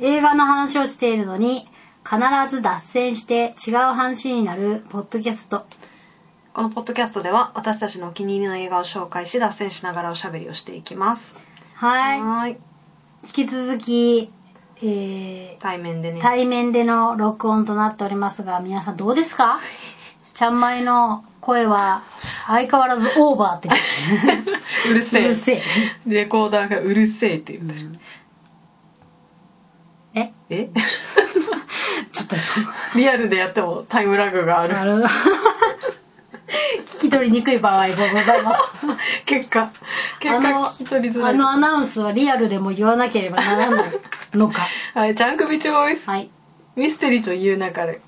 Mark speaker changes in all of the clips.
Speaker 1: 映画の話をしているのに、必ず脱線して違う話になるポッドキャスト。
Speaker 2: このポッドキャストでは私たちのお気に入りの映画を紹介し脱線しながらおしゃべりをしていきます。
Speaker 1: はい。
Speaker 2: はーい。
Speaker 1: 引き続き、え
Speaker 2: 対面で
Speaker 1: ー、
Speaker 2: ね。
Speaker 1: 対面での録音となっておりますが、皆さんどうです かちゃんまいの声は相変わらずオーバーって。
Speaker 2: うるせえ。
Speaker 1: うるせえ。
Speaker 2: レコーダーがうるせえって言った。
Speaker 1: え
Speaker 2: え
Speaker 1: ちょっと、
Speaker 2: リアルでやってもタイムラグがあ
Speaker 1: な
Speaker 2: る。
Speaker 1: る。聞き取りにくい場合がございます。
Speaker 2: 結果、結
Speaker 1: あ
Speaker 2: 果
Speaker 1: の
Speaker 2: 聞き取りづら
Speaker 1: あ
Speaker 2: い。
Speaker 1: のアナウンスはリアルでも言わなければならないのか。
Speaker 2: はい、ジャンクビチボーイス。
Speaker 1: はい。
Speaker 2: ミステリーという中で。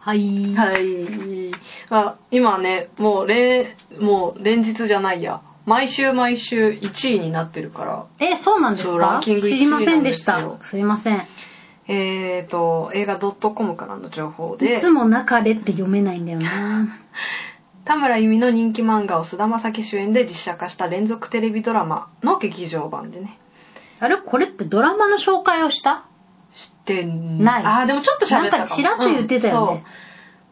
Speaker 1: はい。
Speaker 2: はい。あ、今ね、もう、れもう連日じゃないや。毎週毎週1位になってるから。
Speaker 1: え、そうなんです
Speaker 2: そうラ
Speaker 1: か
Speaker 2: ンキング1
Speaker 1: 知りませんでし
Speaker 2: 位なん
Speaker 1: た
Speaker 2: で。
Speaker 1: すいません。
Speaker 2: えーと、映画 .com からの情報
Speaker 1: い
Speaker 2: で、
Speaker 1: つも中でって読めないんだよな。
Speaker 2: 田村由美の人気漫画を菅田将暉主演で実写化した連続テレビドラマの劇場版でね。
Speaker 1: あれこれってドラマの紹介をした
Speaker 2: 知ってん
Speaker 1: ない
Speaker 2: あー、でもちょっと喋ったかも
Speaker 1: なんかちらっと言ってたよね
Speaker 2: うんそう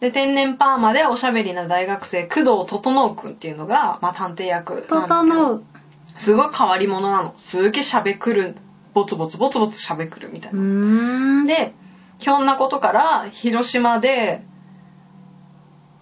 Speaker 2: で、天然パーマでおしゃべりな大学生、工藤整君っていうのが、まあ、探偵役なんだけど。
Speaker 1: 整う。
Speaker 2: すごい変わり者なの。すげえ喋くる。ボツボツボツボツ喋くるみたいうな。
Speaker 1: ーん。、
Speaker 2: で、ひょんなことから広島で、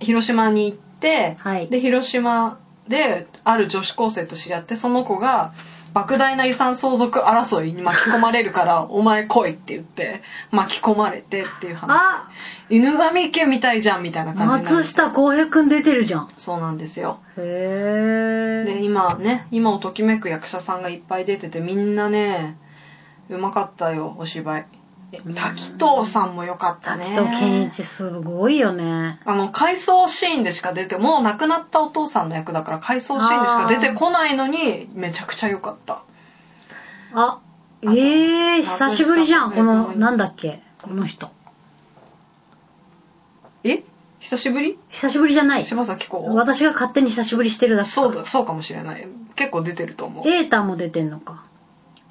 Speaker 2: 広島に行って、
Speaker 1: はい
Speaker 2: で、広島である女子高生と知り合って、その子が、莫大な遺産相続争いに巻き込まれる から、お前来いって言って、巻き込まれてっていう話。
Speaker 1: あ
Speaker 2: 犬神家みたいじゃんみたいな感じにな
Speaker 1: 松
Speaker 2: る。
Speaker 1: 下洸平くん出てるじゃん。
Speaker 2: そうなんですよ。
Speaker 1: へ
Speaker 2: で
Speaker 1: ー。
Speaker 2: 今ね今をときめく役者さんがいっぱい出ててみんなねうまかったよお芝居え
Speaker 1: うん
Speaker 2: 滝藤さんもよかったね
Speaker 1: 滝藤健一すごいよね。
Speaker 2: あの回想シーンでしか出てもう亡くなったお父さんの役だから回想シーンでしか出てこないのにめちゃくちゃ良かった
Speaker 1: あ、えー、久しぶりじゃん。こ
Speaker 2: 松下洸
Speaker 1: の、
Speaker 2: 平
Speaker 1: なんだっけこの人。
Speaker 2: え久しぶり
Speaker 1: 久しぶりじゃない。
Speaker 2: 柴咲コウ
Speaker 1: 私が勝手に久しぶりしてるだけ。
Speaker 2: そうだそうかもしれない結構出てると思う
Speaker 1: エータも出てんのか。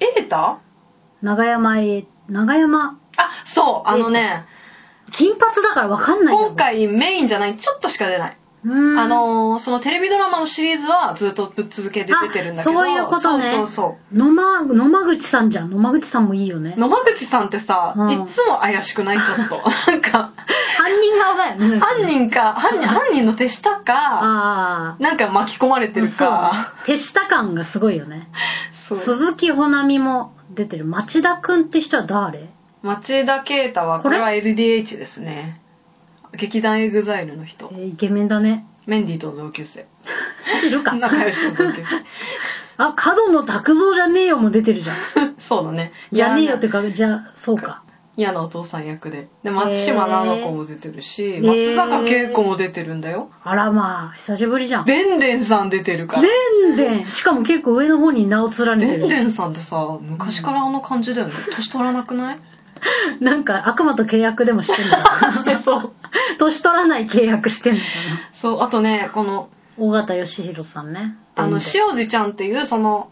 Speaker 2: えーた
Speaker 1: 長山エー、長山
Speaker 2: あそうあのね
Speaker 1: 金髪だからわかんない
Speaker 2: 今回メインじゃないちょっとしか出ないあ
Speaker 1: あ
Speaker 2: のーそのテレビドラマのシリーズはずっとぶっ続けで出てるんだけど
Speaker 1: あそういうことね
Speaker 2: そうそうそ
Speaker 1: 野間野間口さんじゃん野間口さんもいいよね
Speaker 2: う野間口さんってさ、
Speaker 1: うん
Speaker 2: いつも怪しくないちょっとなん
Speaker 1: 犯
Speaker 2: か
Speaker 1: 人側だよね
Speaker 2: 犯人か犯人犯人の手下か
Speaker 1: ああ
Speaker 2: なんか巻き込まれてるか
Speaker 1: そうね手下感がすごいよね
Speaker 2: そう
Speaker 1: 鈴木保奈美も出てる町田くんって人は誰
Speaker 2: 町田啓太は
Speaker 1: こ
Speaker 2: こ
Speaker 1: れ
Speaker 2: れは LDH ですね劇団エグザイルの人
Speaker 1: えーイケメンだね
Speaker 2: メンディーと同級生
Speaker 1: いるか
Speaker 2: 仲良しの同級生
Speaker 1: あ角野卓造じゃねえよも出てるじゃん
Speaker 2: そうだね
Speaker 1: じゃねえよっていうかじゃあそうか
Speaker 2: 嫌なお父さん役で。で、松島菜々子も出てるし、
Speaker 1: ー
Speaker 2: 松坂慶子も出てるんだよ。
Speaker 1: あらまあ久しぶりじゃんで
Speaker 2: でんでんさん出てるから。
Speaker 1: んでんしかも結構上の方に名を連ねて
Speaker 2: で
Speaker 1: る
Speaker 2: んでんさんってさ、昔からあの感じだよね。年取らなくない
Speaker 1: なんか悪魔と契約でもしてんのかな
Speaker 2: してそう。
Speaker 1: 年取らない契約してんのかな
Speaker 2: そう、あとね、この、
Speaker 1: 尾形義弘さんね
Speaker 2: あの、
Speaker 1: し
Speaker 2: 塩路ちゃんっていう、その、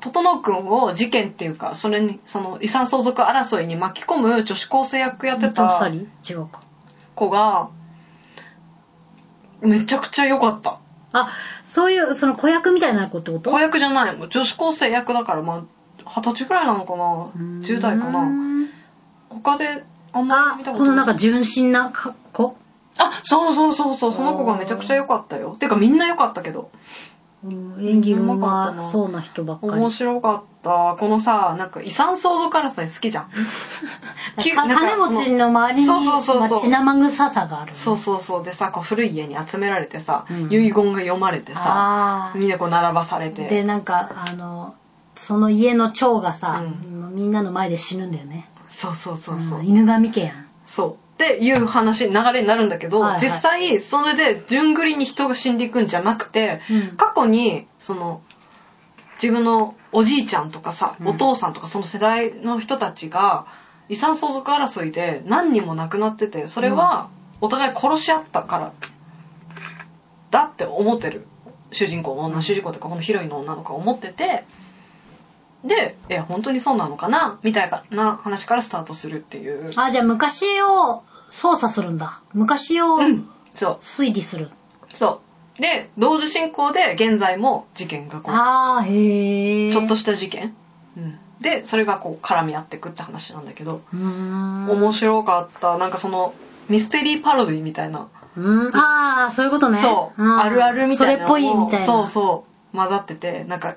Speaker 2: 整くんを事件っていうか、それに、その遺産相続争いに巻き込む女子高生役やって
Speaker 1: あさ
Speaker 2: た
Speaker 1: り違うか
Speaker 2: 子が、めちゃくちゃ良かった。
Speaker 1: あそういうその子役みたいな子ってこと
Speaker 2: 子役じゃないもう女子高生役だからまあ二十歳ぐらいなのか
Speaker 1: う
Speaker 2: な
Speaker 1: ーん
Speaker 2: 10代かな他であんまり
Speaker 1: あ
Speaker 2: 見たこ
Speaker 1: ことの
Speaker 2: な
Speaker 1: ないんか純真なか子
Speaker 2: あそうそうそうそうその子がめちゃくちゃ良かったよてかみんな良かったけど
Speaker 1: うん演技う
Speaker 2: うまかった
Speaker 1: ま
Speaker 2: な
Speaker 1: そうな人ばっかり
Speaker 2: 面白かったこのさなんか遺産相続争い好きじゃんき
Speaker 1: か
Speaker 2: なんか
Speaker 1: 金持ちの周りに
Speaker 2: そうそうそうそう
Speaker 1: まあ血生臭さがある
Speaker 2: そうそうそうでさこう古い家に集められてさ、
Speaker 1: うん
Speaker 2: 遺言が読まれてさ
Speaker 1: あ
Speaker 2: みんなこう並ばされ
Speaker 1: ー
Speaker 2: て
Speaker 1: でなんかあのその家の長がさ、
Speaker 2: う
Speaker 1: みんなの前で死ぬんだよね
Speaker 2: そうそうそうそう、
Speaker 1: ん犬神家やん
Speaker 2: そう。っていう話、流れになるんだけど、
Speaker 1: はいはい
Speaker 2: 実際、それで、順繰りに人が死んでいくんじゃなくて、
Speaker 1: うん
Speaker 2: 過去に、その、自分のおじいちゃんとかさ、
Speaker 1: うん
Speaker 2: お父さんとか、その世代の人たちが、遺産相続争いで何人も亡くなってて、それは、お互い殺し合ったから、だって思ってる。主人公の女、主人公とか、このヒロインの女の子は思ってて、で、え、本当にそうなのかなみたいな話からスタートするっていう。
Speaker 1: あ、じゃあ昔を操作するんだ。昔を
Speaker 2: うん。そう。
Speaker 1: 推理する。
Speaker 2: そう。で、同時進行で現在も事件がこう、
Speaker 1: ああ、へえ。
Speaker 2: ちょっとした事件。うん。で、それがこう絡み合ってくって話なんだけど、
Speaker 1: うーん。
Speaker 2: 面白かった。なんかその、ミステリーパロディみたいな。
Speaker 1: うん。ああ、そういうことね。
Speaker 2: そう。
Speaker 1: ん
Speaker 2: あるあるみたいなの
Speaker 1: それっぽいみたいな。
Speaker 2: そうそう。混ざってて、なんか、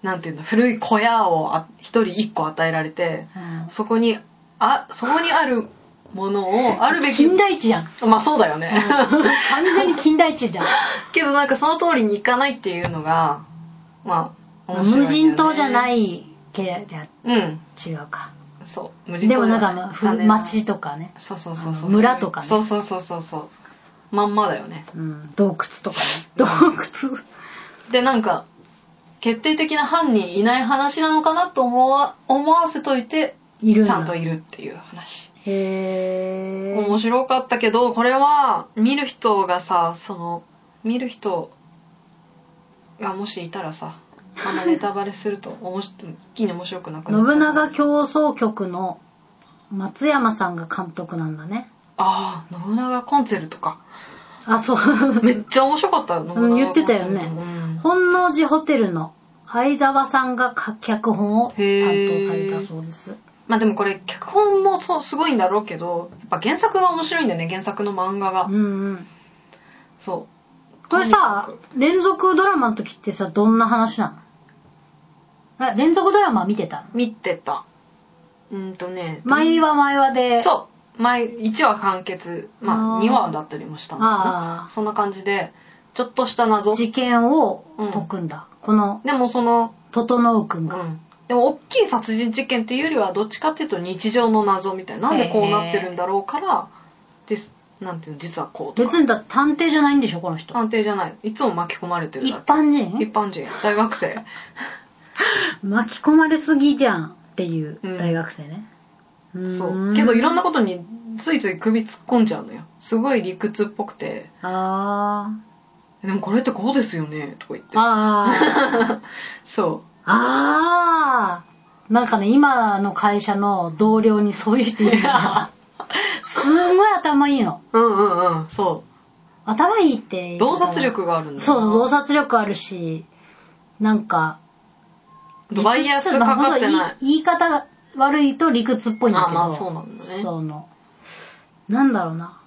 Speaker 2: なんていうんだ、古い小屋をあ一人一個与えられて、
Speaker 1: うん。
Speaker 2: そこに、あ、そこにあるもの を、あるべき
Speaker 1: 近、代地やん。
Speaker 2: まあそうだよね。
Speaker 1: 完全に近代地だ。
Speaker 2: けどなんかその通りにいかないっていうのが、まあ、 面白いんだよね、。
Speaker 1: 無人島じゃないいけれど、
Speaker 2: うん。
Speaker 1: 違うか。
Speaker 2: そう。無人島
Speaker 1: でも
Speaker 2: じ
Speaker 1: な
Speaker 2: ゃ
Speaker 1: ん
Speaker 2: い
Speaker 1: かまあ、ふ
Speaker 2: 残念な
Speaker 1: 町とかね。
Speaker 2: そうそうそう
Speaker 1: あ
Speaker 2: そ
Speaker 1: の
Speaker 2: う。
Speaker 1: 村とかね
Speaker 2: そうそうそうそうそう。まんまだよね。
Speaker 1: うん。洞窟とかね。 洞窟。
Speaker 2: で、なんか、決定的な犯人いない話なのかなと思わ思わせといて、
Speaker 1: いるん
Speaker 2: ち
Speaker 1: だ。
Speaker 2: ゃんといるっていう話。
Speaker 1: へー。
Speaker 2: 面白かったけど、これは、見る人がさ、その、見る人がもしいたらさ、あんまネタバレすると、おもし一気に面白くなくなる
Speaker 1: 信長競争局の松山さんが監督なんだね。
Speaker 2: ああ、信長コンセル とか。
Speaker 1: あ、そう。
Speaker 2: めっちゃ面白かったよ、信長コンセル
Speaker 1: 言ってたよね
Speaker 2: うん
Speaker 1: 本能寺ホテルの相沢さんが脚本を担当されたそうです。
Speaker 2: まあでもこれ、脚本もそうすごいんだろうけど、やっぱ原作が面白いんだよね、原作の漫画が。
Speaker 1: うんうん。
Speaker 2: そ
Speaker 1: これさ
Speaker 2: とにか、
Speaker 1: 連続ドラマの時ってさ、どんな話なのあ連続ドラマ見てたの
Speaker 2: う。見てた。うんとね。
Speaker 1: 前は前はで。う。
Speaker 2: そう。前、1話完結。ま
Speaker 1: あー
Speaker 2: あ、2話だったりもしたのか
Speaker 1: あ
Speaker 2: な。
Speaker 1: ー
Speaker 2: そんな感じで、ちょっとした謎。
Speaker 1: 事件を解くんだ。この、
Speaker 2: でもその、
Speaker 1: 整く
Speaker 2: うん
Speaker 1: が。
Speaker 2: ん。でも、大きい殺人事件っていうよりは、どっちかっていうと日常の謎みたいな。なんでこうなってるんだろうから、です、なんていうの、実はこうとか。
Speaker 1: 別にだって探偵じゃないんでしょ、この人。
Speaker 2: 探偵じゃない。いつも巻き込まれてる
Speaker 1: 一
Speaker 2: だけ。
Speaker 1: 般人
Speaker 2: 一般人。大学生。
Speaker 1: 巻き込まれすぎじゃんっていう大学生ね、ーん
Speaker 2: そう。けど、いろんなことについつい首突っ込んじゃうのよ。すごい理屈っぽくて。
Speaker 1: あ
Speaker 2: でもこれってこうですよねとか言っ
Speaker 1: ー
Speaker 2: て。
Speaker 1: あー
Speaker 2: そ
Speaker 1: あーなんかね今の会社の同僚にそういう人いるんだよすんごい頭いいの
Speaker 2: う。うんうんうん。そ
Speaker 1: 頭いいって
Speaker 2: う。洞察力があるんだ
Speaker 1: そうそう洞
Speaker 2: う。
Speaker 1: 察力あるしなんか
Speaker 2: バイアスがかかって
Speaker 1: 理屈
Speaker 2: な
Speaker 1: の言い方が悪いと理屈っぽいんだけど
Speaker 2: あまあそうなんだね
Speaker 1: そのなんだろうな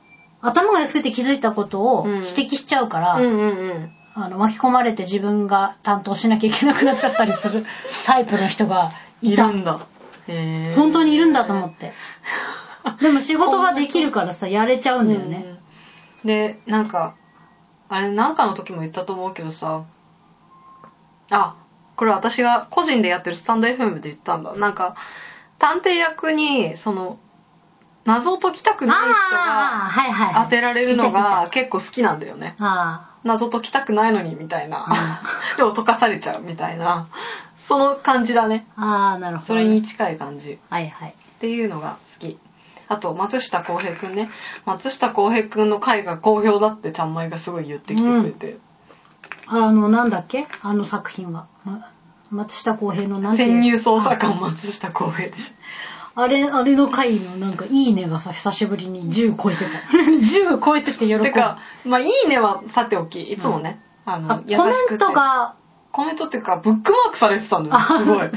Speaker 1: 頭が安くて気づいたことを
Speaker 2: うん
Speaker 1: 指摘しちゃうから、
Speaker 2: い。うんうんうん。
Speaker 1: あの巻き込まれて自分が担当しなきゃいけなくなっちゃったりす るタイプの人がい
Speaker 2: い
Speaker 1: た
Speaker 2: るんだ。へー
Speaker 1: 本当にいるんだと思 ってでも仕事ができるからさやれちゃうんだよね、
Speaker 2: うんで、なんか、あれ、なんかの時も言ったと思うけどさ、あ、これ私が個人でやってるスタンド FM で言ったんだ。なんか、探偵役に、その、謎を解きたくない人
Speaker 1: ああ
Speaker 2: が
Speaker 1: はいはいはい
Speaker 2: 当てられるの
Speaker 1: 聞い
Speaker 2: が
Speaker 1: た聞い
Speaker 2: 結構好きなんだよね。
Speaker 1: たあ
Speaker 2: 謎解きたくないのにみたいな。 でも解かされちゃうみたいな。その感じだね。
Speaker 1: あああなるほど
Speaker 2: そ
Speaker 1: ね、
Speaker 2: れに近い感じ。
Speaker 1: はいはい
Speaker 2: っていうのが好き。あと、松下洸平くんね。松下洸平くんの回が好評だってちゃんまいがすごい言ってきてくれて。
Speaker 1: あのなんだっけあの作品はま松下洸平のなんていう
Speaker 2: 潜入捜査官松下洸平でし
Speaker 1: あれ、あれの回のなんか、いいねがさ、久しぶりに10超えてた。10超 えてて喜
Speaker 2: ょ。
Speaker 1: ぶ。
Speaker 2: てか、まあ、いいねはさておき、いつもね。あ
Speaker 1: あ、
Speaker 2: の
Speaker 1: コ、
Speaker 2: 優
Speaker 1: メ
Speaker 2: しく
Speaker 1: ン
Speaker 2: て。
Speaker 1: トが、
Speaker 2: コメントっていうか、ブックマークされてたんだよ。すごい。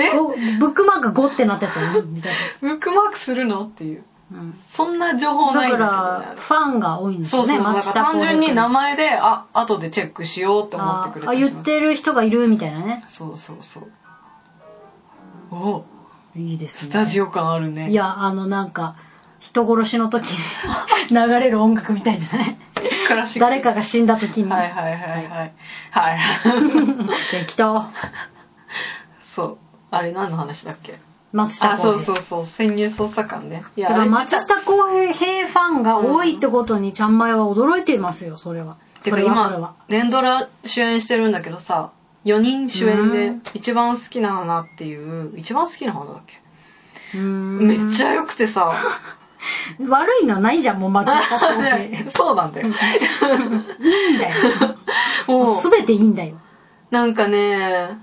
Speaker 2: え
Speaker 1: おブックマーク5ってなってたよ、みたい
Speaker 2: ブックマークするのっていう。
Speaker 1: な。うん
Speaker 2: そんな情報
Speaker 1: だ
Speaker 2: ないんだ
Speaker 1: か
Speaker 2: けどねあ
Speaker 1: ら、
Speaker 2: れ。
Speaker 1: ファンが多いんです
Speaker 2: そう
Speaker 1: よ
Speaker 2: そう
Speaker 1: ね、
Speaker 2: そう。だ
Speaker 1: 松
Speaker 2: か
Speaker 1: 下
Speaker 2: ら単
Speaker 1: 洸平
Speaker 2: 純
Speaker 1: 君
Speaker 2: に名前で、あ、後でチェックしようって思ってくれ
Speaker 1: ああ、
Speaker 2: てる
Speaker 1: 言ってる人がいるみたいなね。
Speaker 2: そうそうそう。お
Speaker 1: いいです
Speaker 2: ス
Speaker 1: ね。
Speaker 2: タジオ感あるね。
Speaker 1: いや、あの、なんか、人殺しの時に 流れる音楽みたいじゃない
Speaker 2: クラシック。
Speaker 1: 誰かが死んだ時に。
Speaker 2: はいはいはいはい。はいはい。
Speaker 1: 適当。
Speaker 2: そう。あれ何の話だっけ
Speaker 1: 松下洸
Speaker 2: あ、
Speaker 1: 平。
Speaker 2: そうそうそう。潜入捜査官ね。い
Speaker 1: だから
Speaker 2: あれ
Speaker 1: 松下洸平ファンが多いってことにちゃんまいは驚いていますよ、それは。
Speaker 2: て
Speaker 1: そ
Speaker 2: か
Speaker 1: れはそれ
Speaker 2: 今
Speaker 1: は。、
Speaker 2: 連ドラ主演してるんだけどさ、4人主
Speaker 1: う
Speaker 2: 演
Speaker 1: ん
Speaker 2: で、一番好きな花っていう、一番好きな花だっけ
Speaker 1: うーん
Speaker 2: めっちゃ良くてさ、
Speaker 1: 悪いのないじゃん、もう松下洸 平。い
Speaker 2: そうなんだよ。
Speaker 1: いんだよ。
Speaker 2: もう
Speaker 1: すべていいんだよ。
Speaker 2: なんかね、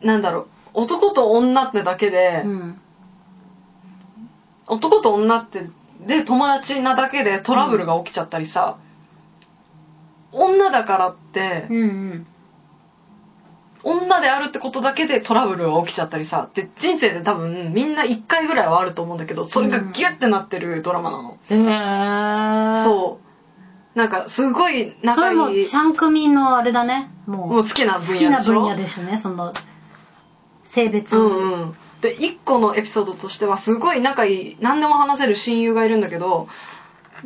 Speaker 2: なんだろう、男と女ってだけで、
Speaker 1: うん。
Speaker 2: 男と女って、で、友達なだけでトラブルが起きちゃったりさ、女だからって
Speaker 1: う、んうん。
Speaker 2: 女であるってことだけでトラブルが起きちゃったりさ、って人生で多分みんな一回ぐらいはあると思うんだけど、それがギュッてなってるドラマなの。
Speaker 1: へー。
Speaker 2: そう。なんか、すごい
Speaker 1: そ
Speaker 2: 仲
Speaker 1: れも
Speaker 2: いい、
Speaker 1: シャンクミのあれだね。もう
Speaker 2: もう好きな分野でしょ
Speaker 1: 好きな分野ですね、その、性別。
Speaker 2: うんうん。で、一個のエピソードとしては、すごい仲いい、何でも話せる親友がいるんだけど、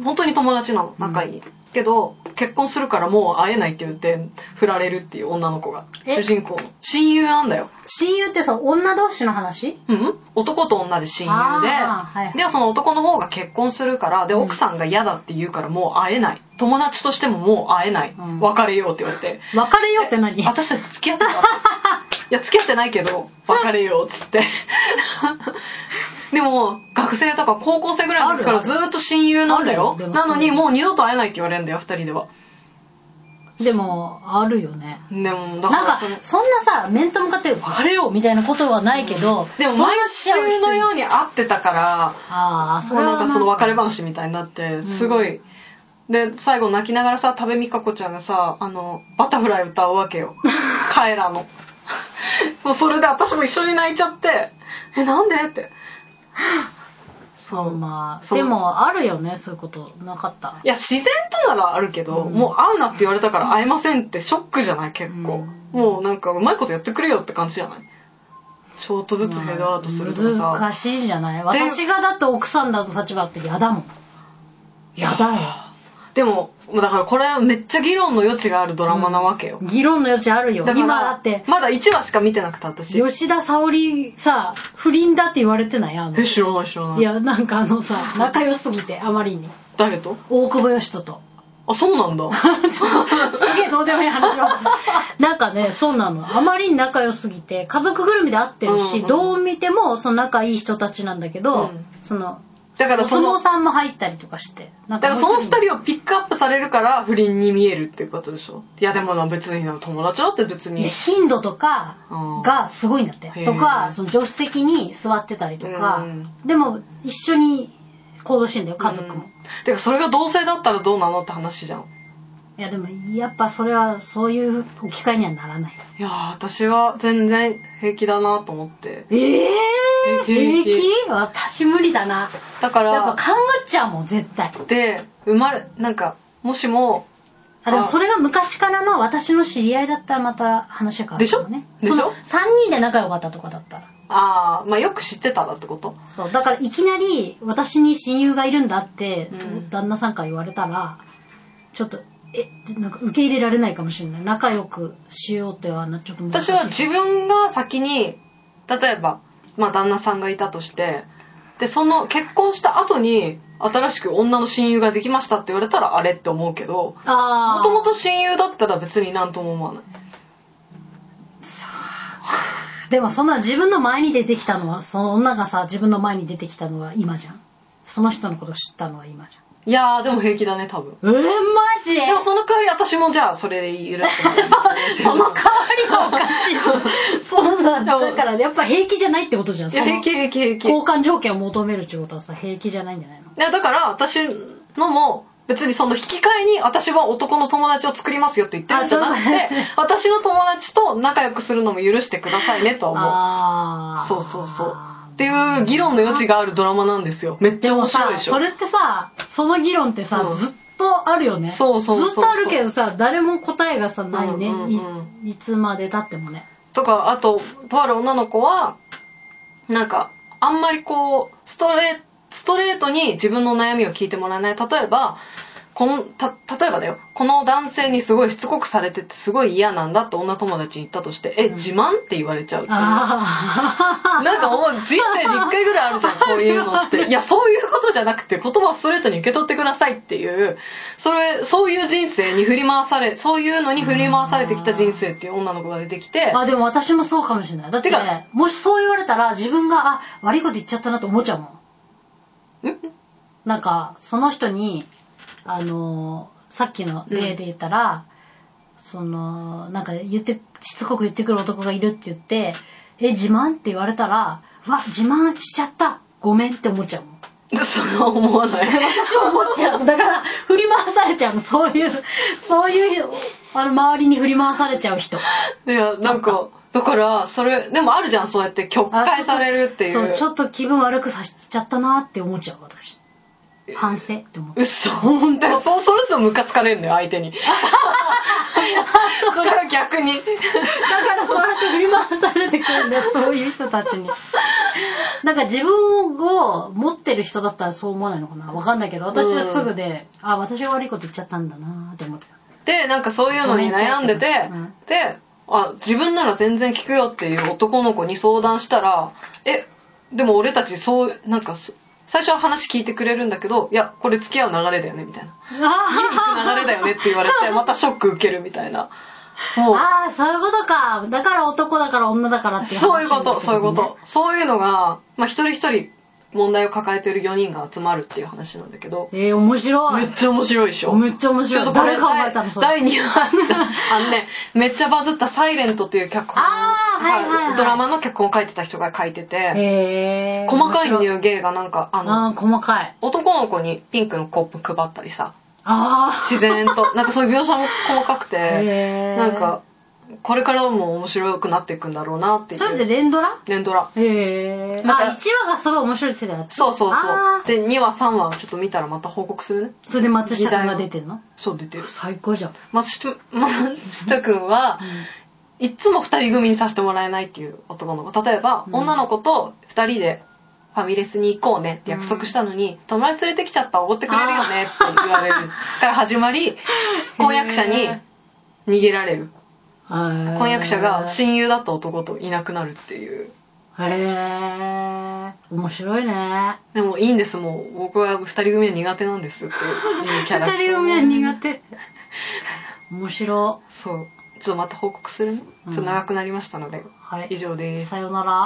Speaker 2: 本当に友達なの、仲いい。けど、結婚するからもう会えないって言って、振られるっていう女の子が。
Speaker 1: え
Speaker 2: 主人公の。親友なんだよ。
Speaker 1: 親友ってさ、女同士の話
Speaker 2: うん男と女で親友で、
Speaker 1: あーはいはい
Speaker 2: で、その男の方が結婚するから、で、
Speaker 1: うん
Speaker 2: 奥さんが嫌だって言うからもう会えない。友達としてももう会えない。
Speaker 1: うん
Speaker 2: 別れようって言われて。
Speaker 1: 別れようって何
Speaker 2: 私たち付き合ってたいや付き合ってないけど別れようっつってでも学生とか高校生ぐらいの時からずっと親友なんだよ
Speaker 1: あるよでも
Speaker 2: な
Speaker 1: そう
Speaker 2: のにもう二度と会えないって言われるんだよ二人では
Speaker 1: でも、あるよね。
Speaker 2: でもだ
Speaker 1: な
Speaker 2: か
Speaker 1: ん
Speaker 2: ら
Speaker 1: か
Speaker 2: その、
Speaker 1: そんなさ、面と向かって別れようみたいなことはないけど、
Speaker 2: でも毎週のよ
Speaker 1: う
Speaker 2: うに会ってたから
Speaker 1: ああ、そ
Speaker 2: もう
Speaker 1: れは
Speaker 2: なんかその別れ
Speaker 1: ば
Speaker 2: 話みたいになって
Speaker 1: ん
Speaker 2: すごい、で最後泣きながらさ多部未華子ちゃんがさあのバタフライ歌うわ けよ彼らのもうそれで私も一緒に泣いちゃってえなんでって
Speaker 1: そう、まあ、
Speaker 2: そう
Speaker 1: でも、あるよね、そういうこと。なかった。
Speaker 2: いや、自然とならあるけど、
Speaker 1: うん
Speaker 2: もう会うなって言われたから会えませんってショックじゃない結構、
Speaker 1: うん
Speaker 2: もうなんかうまいことやってくれよって感じじゃないちょっとずつヘッドアウトするとかさ。
Speaker 1: 難しいんじゃない私がだって奥さんだと立場って嫌だもん。やだよ
Speaker 2: でも、だからこれはめっちゃ議論の余地があるドラマなわけよ。
Speaker 1: 議論の余地あるよ。
Speaker 2: だから
Speaker 1: 今だって、
Speaker 2: まだ1話しか見てなくて私。
Speaker 1: 吉田沙保里さ、不倫だって言われてないあの
Speaker 2: え、。知らない知らない。
Speaker 1: いや、なんかあのさ、仲良すぎて、あまりに。
Speaker 2: 誰と
Speaker 1: 大久保嘉人と。
Speaker 2: あ、そうなん だ。
Speaker 1: すげえどうでもいい話 を。なんかね、そうなの。あまりに仲良すぎて、家族ぐるみで会ってるし、
Speaker 2: うんうん
Speaker 1: どう見ても、その仲いい人たちなんだけど、
Speaker 2: うん
Speaker 1: その、
Speaker 2: だから
Speaker 1: お
Speaker 2: そ
Speaker 1: 相
Speaker 2: の、
Speaker 1: 撲
Speaker 2: だ
Speaker 1: さんも入ったりとかして。だ
Speaker 2: からその二人をピックアップされるから不倫に見えるっていうことでしょ。いやでもな別にな友達だって別
Speaker 1: いや
Speaker 2: に。
Speaker 1: 頻度とか
Speaker 2: うん
Speaker 1: がすごいんだって、
Speaker 2: へー
Speaker 1: とかその助手席に座ってたりとか、
Speaker 2: う
Speaker 1: でも一緒に行動してんだよ家族も、
Speaker 2: うんてかそれが同性だったらどうなのって話じゃん
Speaker 1: いやでもやっぱそれはそういう置き換えにはならない
Speaker 2: いやー私は全然平気だなと思って
Speaker 1: ええ
Speaker 2: ー平気
Speaker 1: 私無理だな
Speaker 2: だか
Speaker 1: やっぱ
Speaker 2: ら
Speaker 1: 考えちゃうもん絶対
Speaker 2: で生まれなんかもしも
Speaker 1: あでも
Speaker 2: あ
Speaker 1: それが昔からの私の知り合いだったらまた話が変わるかもね
Speaker 2: でしょ
Speaker 1: そ
Speaker 2: でし
Speaker 1: の
Speaker 2: ょ
Speaker 1: 3人で仲良かったとかだったら
Speaker 2: あーまあよく知ってたらってこと
Speaker 1: そうだからいきなり私に親友がいるんだって、
Speaker 2: うん
Speaker 1: 旦那さんから言われたらちょっとえなんか受け入れられないかもしれない仲良くしようってはなちょっと難し
Speaker 2: 私
Speaker 1: い
Speaker 2: は自分が先に例えば、まあ、旦那さんがいたとしてでその結婚した後に新しく女の親友ができましたって言われたらあれって思うけど
Speaker 1: あ
Speaker 2: も
Speaker 1: あ
Speaker 2: ともと親友だったら別になんとも思わない
Speaker 1: でもそんな自分の前に出てきたのはその女がさ自分の前に出てきたのは今じゃんその人のこと知ったのは今じ
Speaker 2: いやーでも平気だね多分
Speaker 1: ゃんえー、マジ
Speaker 2: でもその代わり私もじゃあそれで許してもらう
Speaker 1: その代わりがおかしいよ そうだ
Speaker 2: でも
Speaker 1: だからやっぱ平気じゃないってことじゃん
Speaker 2: いや
Speaker 1: その
Speaker 2: 平気平気平気
Speaker 1: 交換条件を求めるってことはさ平気じゃないんじゃないの
Speaker 2: いやだから私のも別にその引き換えに私は男の友達を作りますよって言ってるんじゃなく
Speaker 1: あそうだ
Speaker 2: て 私の友達と仲良くするのも許してくださいねとは
Speaker 1: ああ
Speaker 2: そうそうそう思うっていう議論の余地があるドラマなんですよめっち
Speaker 1: で
Speaker 2: ゃ面
Speaker 1: もさ
Speaker 2: 白いでしょ
Speaker 1: それってさその議論ってさ、
Speaker 2: うん
Speaker 1: ずっとあるよね
Speaker 2: そうそうそうそう
Speaker 1: ずっとあるけどさ誰も答えがさないね、
Speaker 2: うんうん
Speaker 1: いいつまでたっても ね
Speaker 2: とかあととある女の子はなんかあんまりこうストレストレートに自分の悩みを聞いてもらえない例えばこのた例えばだよこの男性にすごいしつこくされててすごい嫌なんだって女友達に言ったとして「え
Speaker 1: うん
Speaker 2: 自慢?」って言われちゃうっていう
Speaker 1: ああ
Speaker 2: なんかもう人生で1回ぐらいあるじ ゃん、こういうのって。いや、そういうことじゃなくて、言葉をストレートに受け取ってくださいっていう、それ、そういう人生に振り回され、そういうのに振り回されてきた人生っていう女の子が出てきて、
Speaker 1: あでも私もそうかもしれないだって
Speaker 2: てか
Speaker 1: もしそう言われたら自分があ悪いこと言っちゃったなと思っちゃうもん
Speaker 2: ん
Speaker 1: なんかその人にあのーさっきの例で言ったら、そのなんか言ってしつこく言ってくる男がいるって言って「え自慢?」って言われたら「うわ自慢しちゃったごめん」って思っちゃうもん
Speaker 2: それは思わない。
Speaker 1: 私は思っちゃうだから振り回されちゃうのそういうそういうあの周りに振り回されちゃう人
Speaker 2: いや、なんか、だから、それ、でもあるじゃん、そうやって曲
Speaker 1: あちょ
Speaker 2: 解
Speaker 1: っと
Speaker 2: されるっていう。
Speaker 1: そうちょっと気分悪くさせちゃったなって思っちゃう私反省って 思っちゃう
Speaker 2: 嘘本当そうそれぞれムカつかれるんだよ相手 にそれは逆に
Speaker 1: だからそうやって振り回されてくるんだよそういう人たちになんか自分を持ってる人だったらそう思わないのかなわかんないけど私はすぐで、あ私が悪いこと言っちゃったんだなって思ってた
Speaker 2: でなんかそういうのに悩んでて、
Speaker 1: うん
Speaker 2: であ自分なら全然聞くよっていう男の子に相談したらえでも俺たちそうなんかす最初は話聞いてくれるんだけどいやこれ付き合う流れだよねみたいな家に行く流れだよねって言われてまたショック受けるみたいなも う
Speaker 1: ああそういうことかだから男だから女だからっていう話
Speaker 2: そういうこと、そういうこ
Speaker 1: になって
Speaker 2: と。そういうのが、まあ、一人一人問題を抱えてる4人が集まるっていう話なんだけど
Speaker 1: く、るねえー、面白
Speaker 2: め
Speaker 1: い
Speaker 2: っちゃ面白いでしょ
Speaker 1: めっちゃ面
Speaker 2: ち
Speaker 1: 白
Speaker 2: ょっ
Speaker 1: い
Speaker 2: とこれ
Speaker 1: 誰考えたのそれ
Speaker 2: 第2話 あのねめっちゃバズった「サイレントっていう脚本
Speaker 1: あーはいはいはい
Speaker 2: ドラマの脚本を書いてた人が書いてて
Speaker 1: へえ
Speaker 2: 細かいんだ
Speaker 1: よ
Speaker 2: よ芸がなんかあの
Speaker 1: ああ細かい
Speaker 2: 男の子にピンクのコップ配ったりさ
Speaker 1: あ
Speaker 2: 自然 となんかそういう描写も細かく
Speaker 1: あ
Speaker 2: て
Speaker 1: へえ
Speaker 2: なんかこれからも面白くなっていくんだろうなっていう
Speaker 1: そうですね連ドラ
Speaker 2: 連ドラ
Speaker 1: へえ。
Speaker 2: ま
Speaker 1: あ、
Speaker 2: た
Speaker 1: 1話がすごい面白い世代だった。
Speaker 2: そうそう
Speaker 1: あ
Speaker 2: そう。
Speaker 1: ー
Speaker 2: で、2話、3話ちょっと見たらまた報告するね。
Speaker 1: それで松下君が出てんの
Speaker 2: そう、出てる。
Speaker 1: 最高じゃん。
Speaker 2: 松下、 松下くんは、いっつも二人組にさせてもらえないっていう男の子。例えば、
Speaker 1: うん
Speaker 2: 女の子と二人でファミレスに行こうねって約束したのに、友達連れてきちゃった、おごってくれるよねって言われ る。から始まり、婚約者に逃げられる。婚
Speaker 1: 婚
Speaker 2: 約者が親友だった男といなくなるっていう。
Speaker 1: へえ。面白いね。
Speaker 2: でもいいんです、もう。僕は二人組は苦手なんですっていうキ
Speaker 1: 二
Speaker 2: ャラクター。
Speaker 1: 人組は苦手。面白
Speaker 2: そう。ちょっとまた報告するね。ちょっと長くなりましたので、
Speaker 1: い。は
Speaker 2: 以
Speaker 1: い。
Speaker 2: 上です。
Speaker 1: さよなら。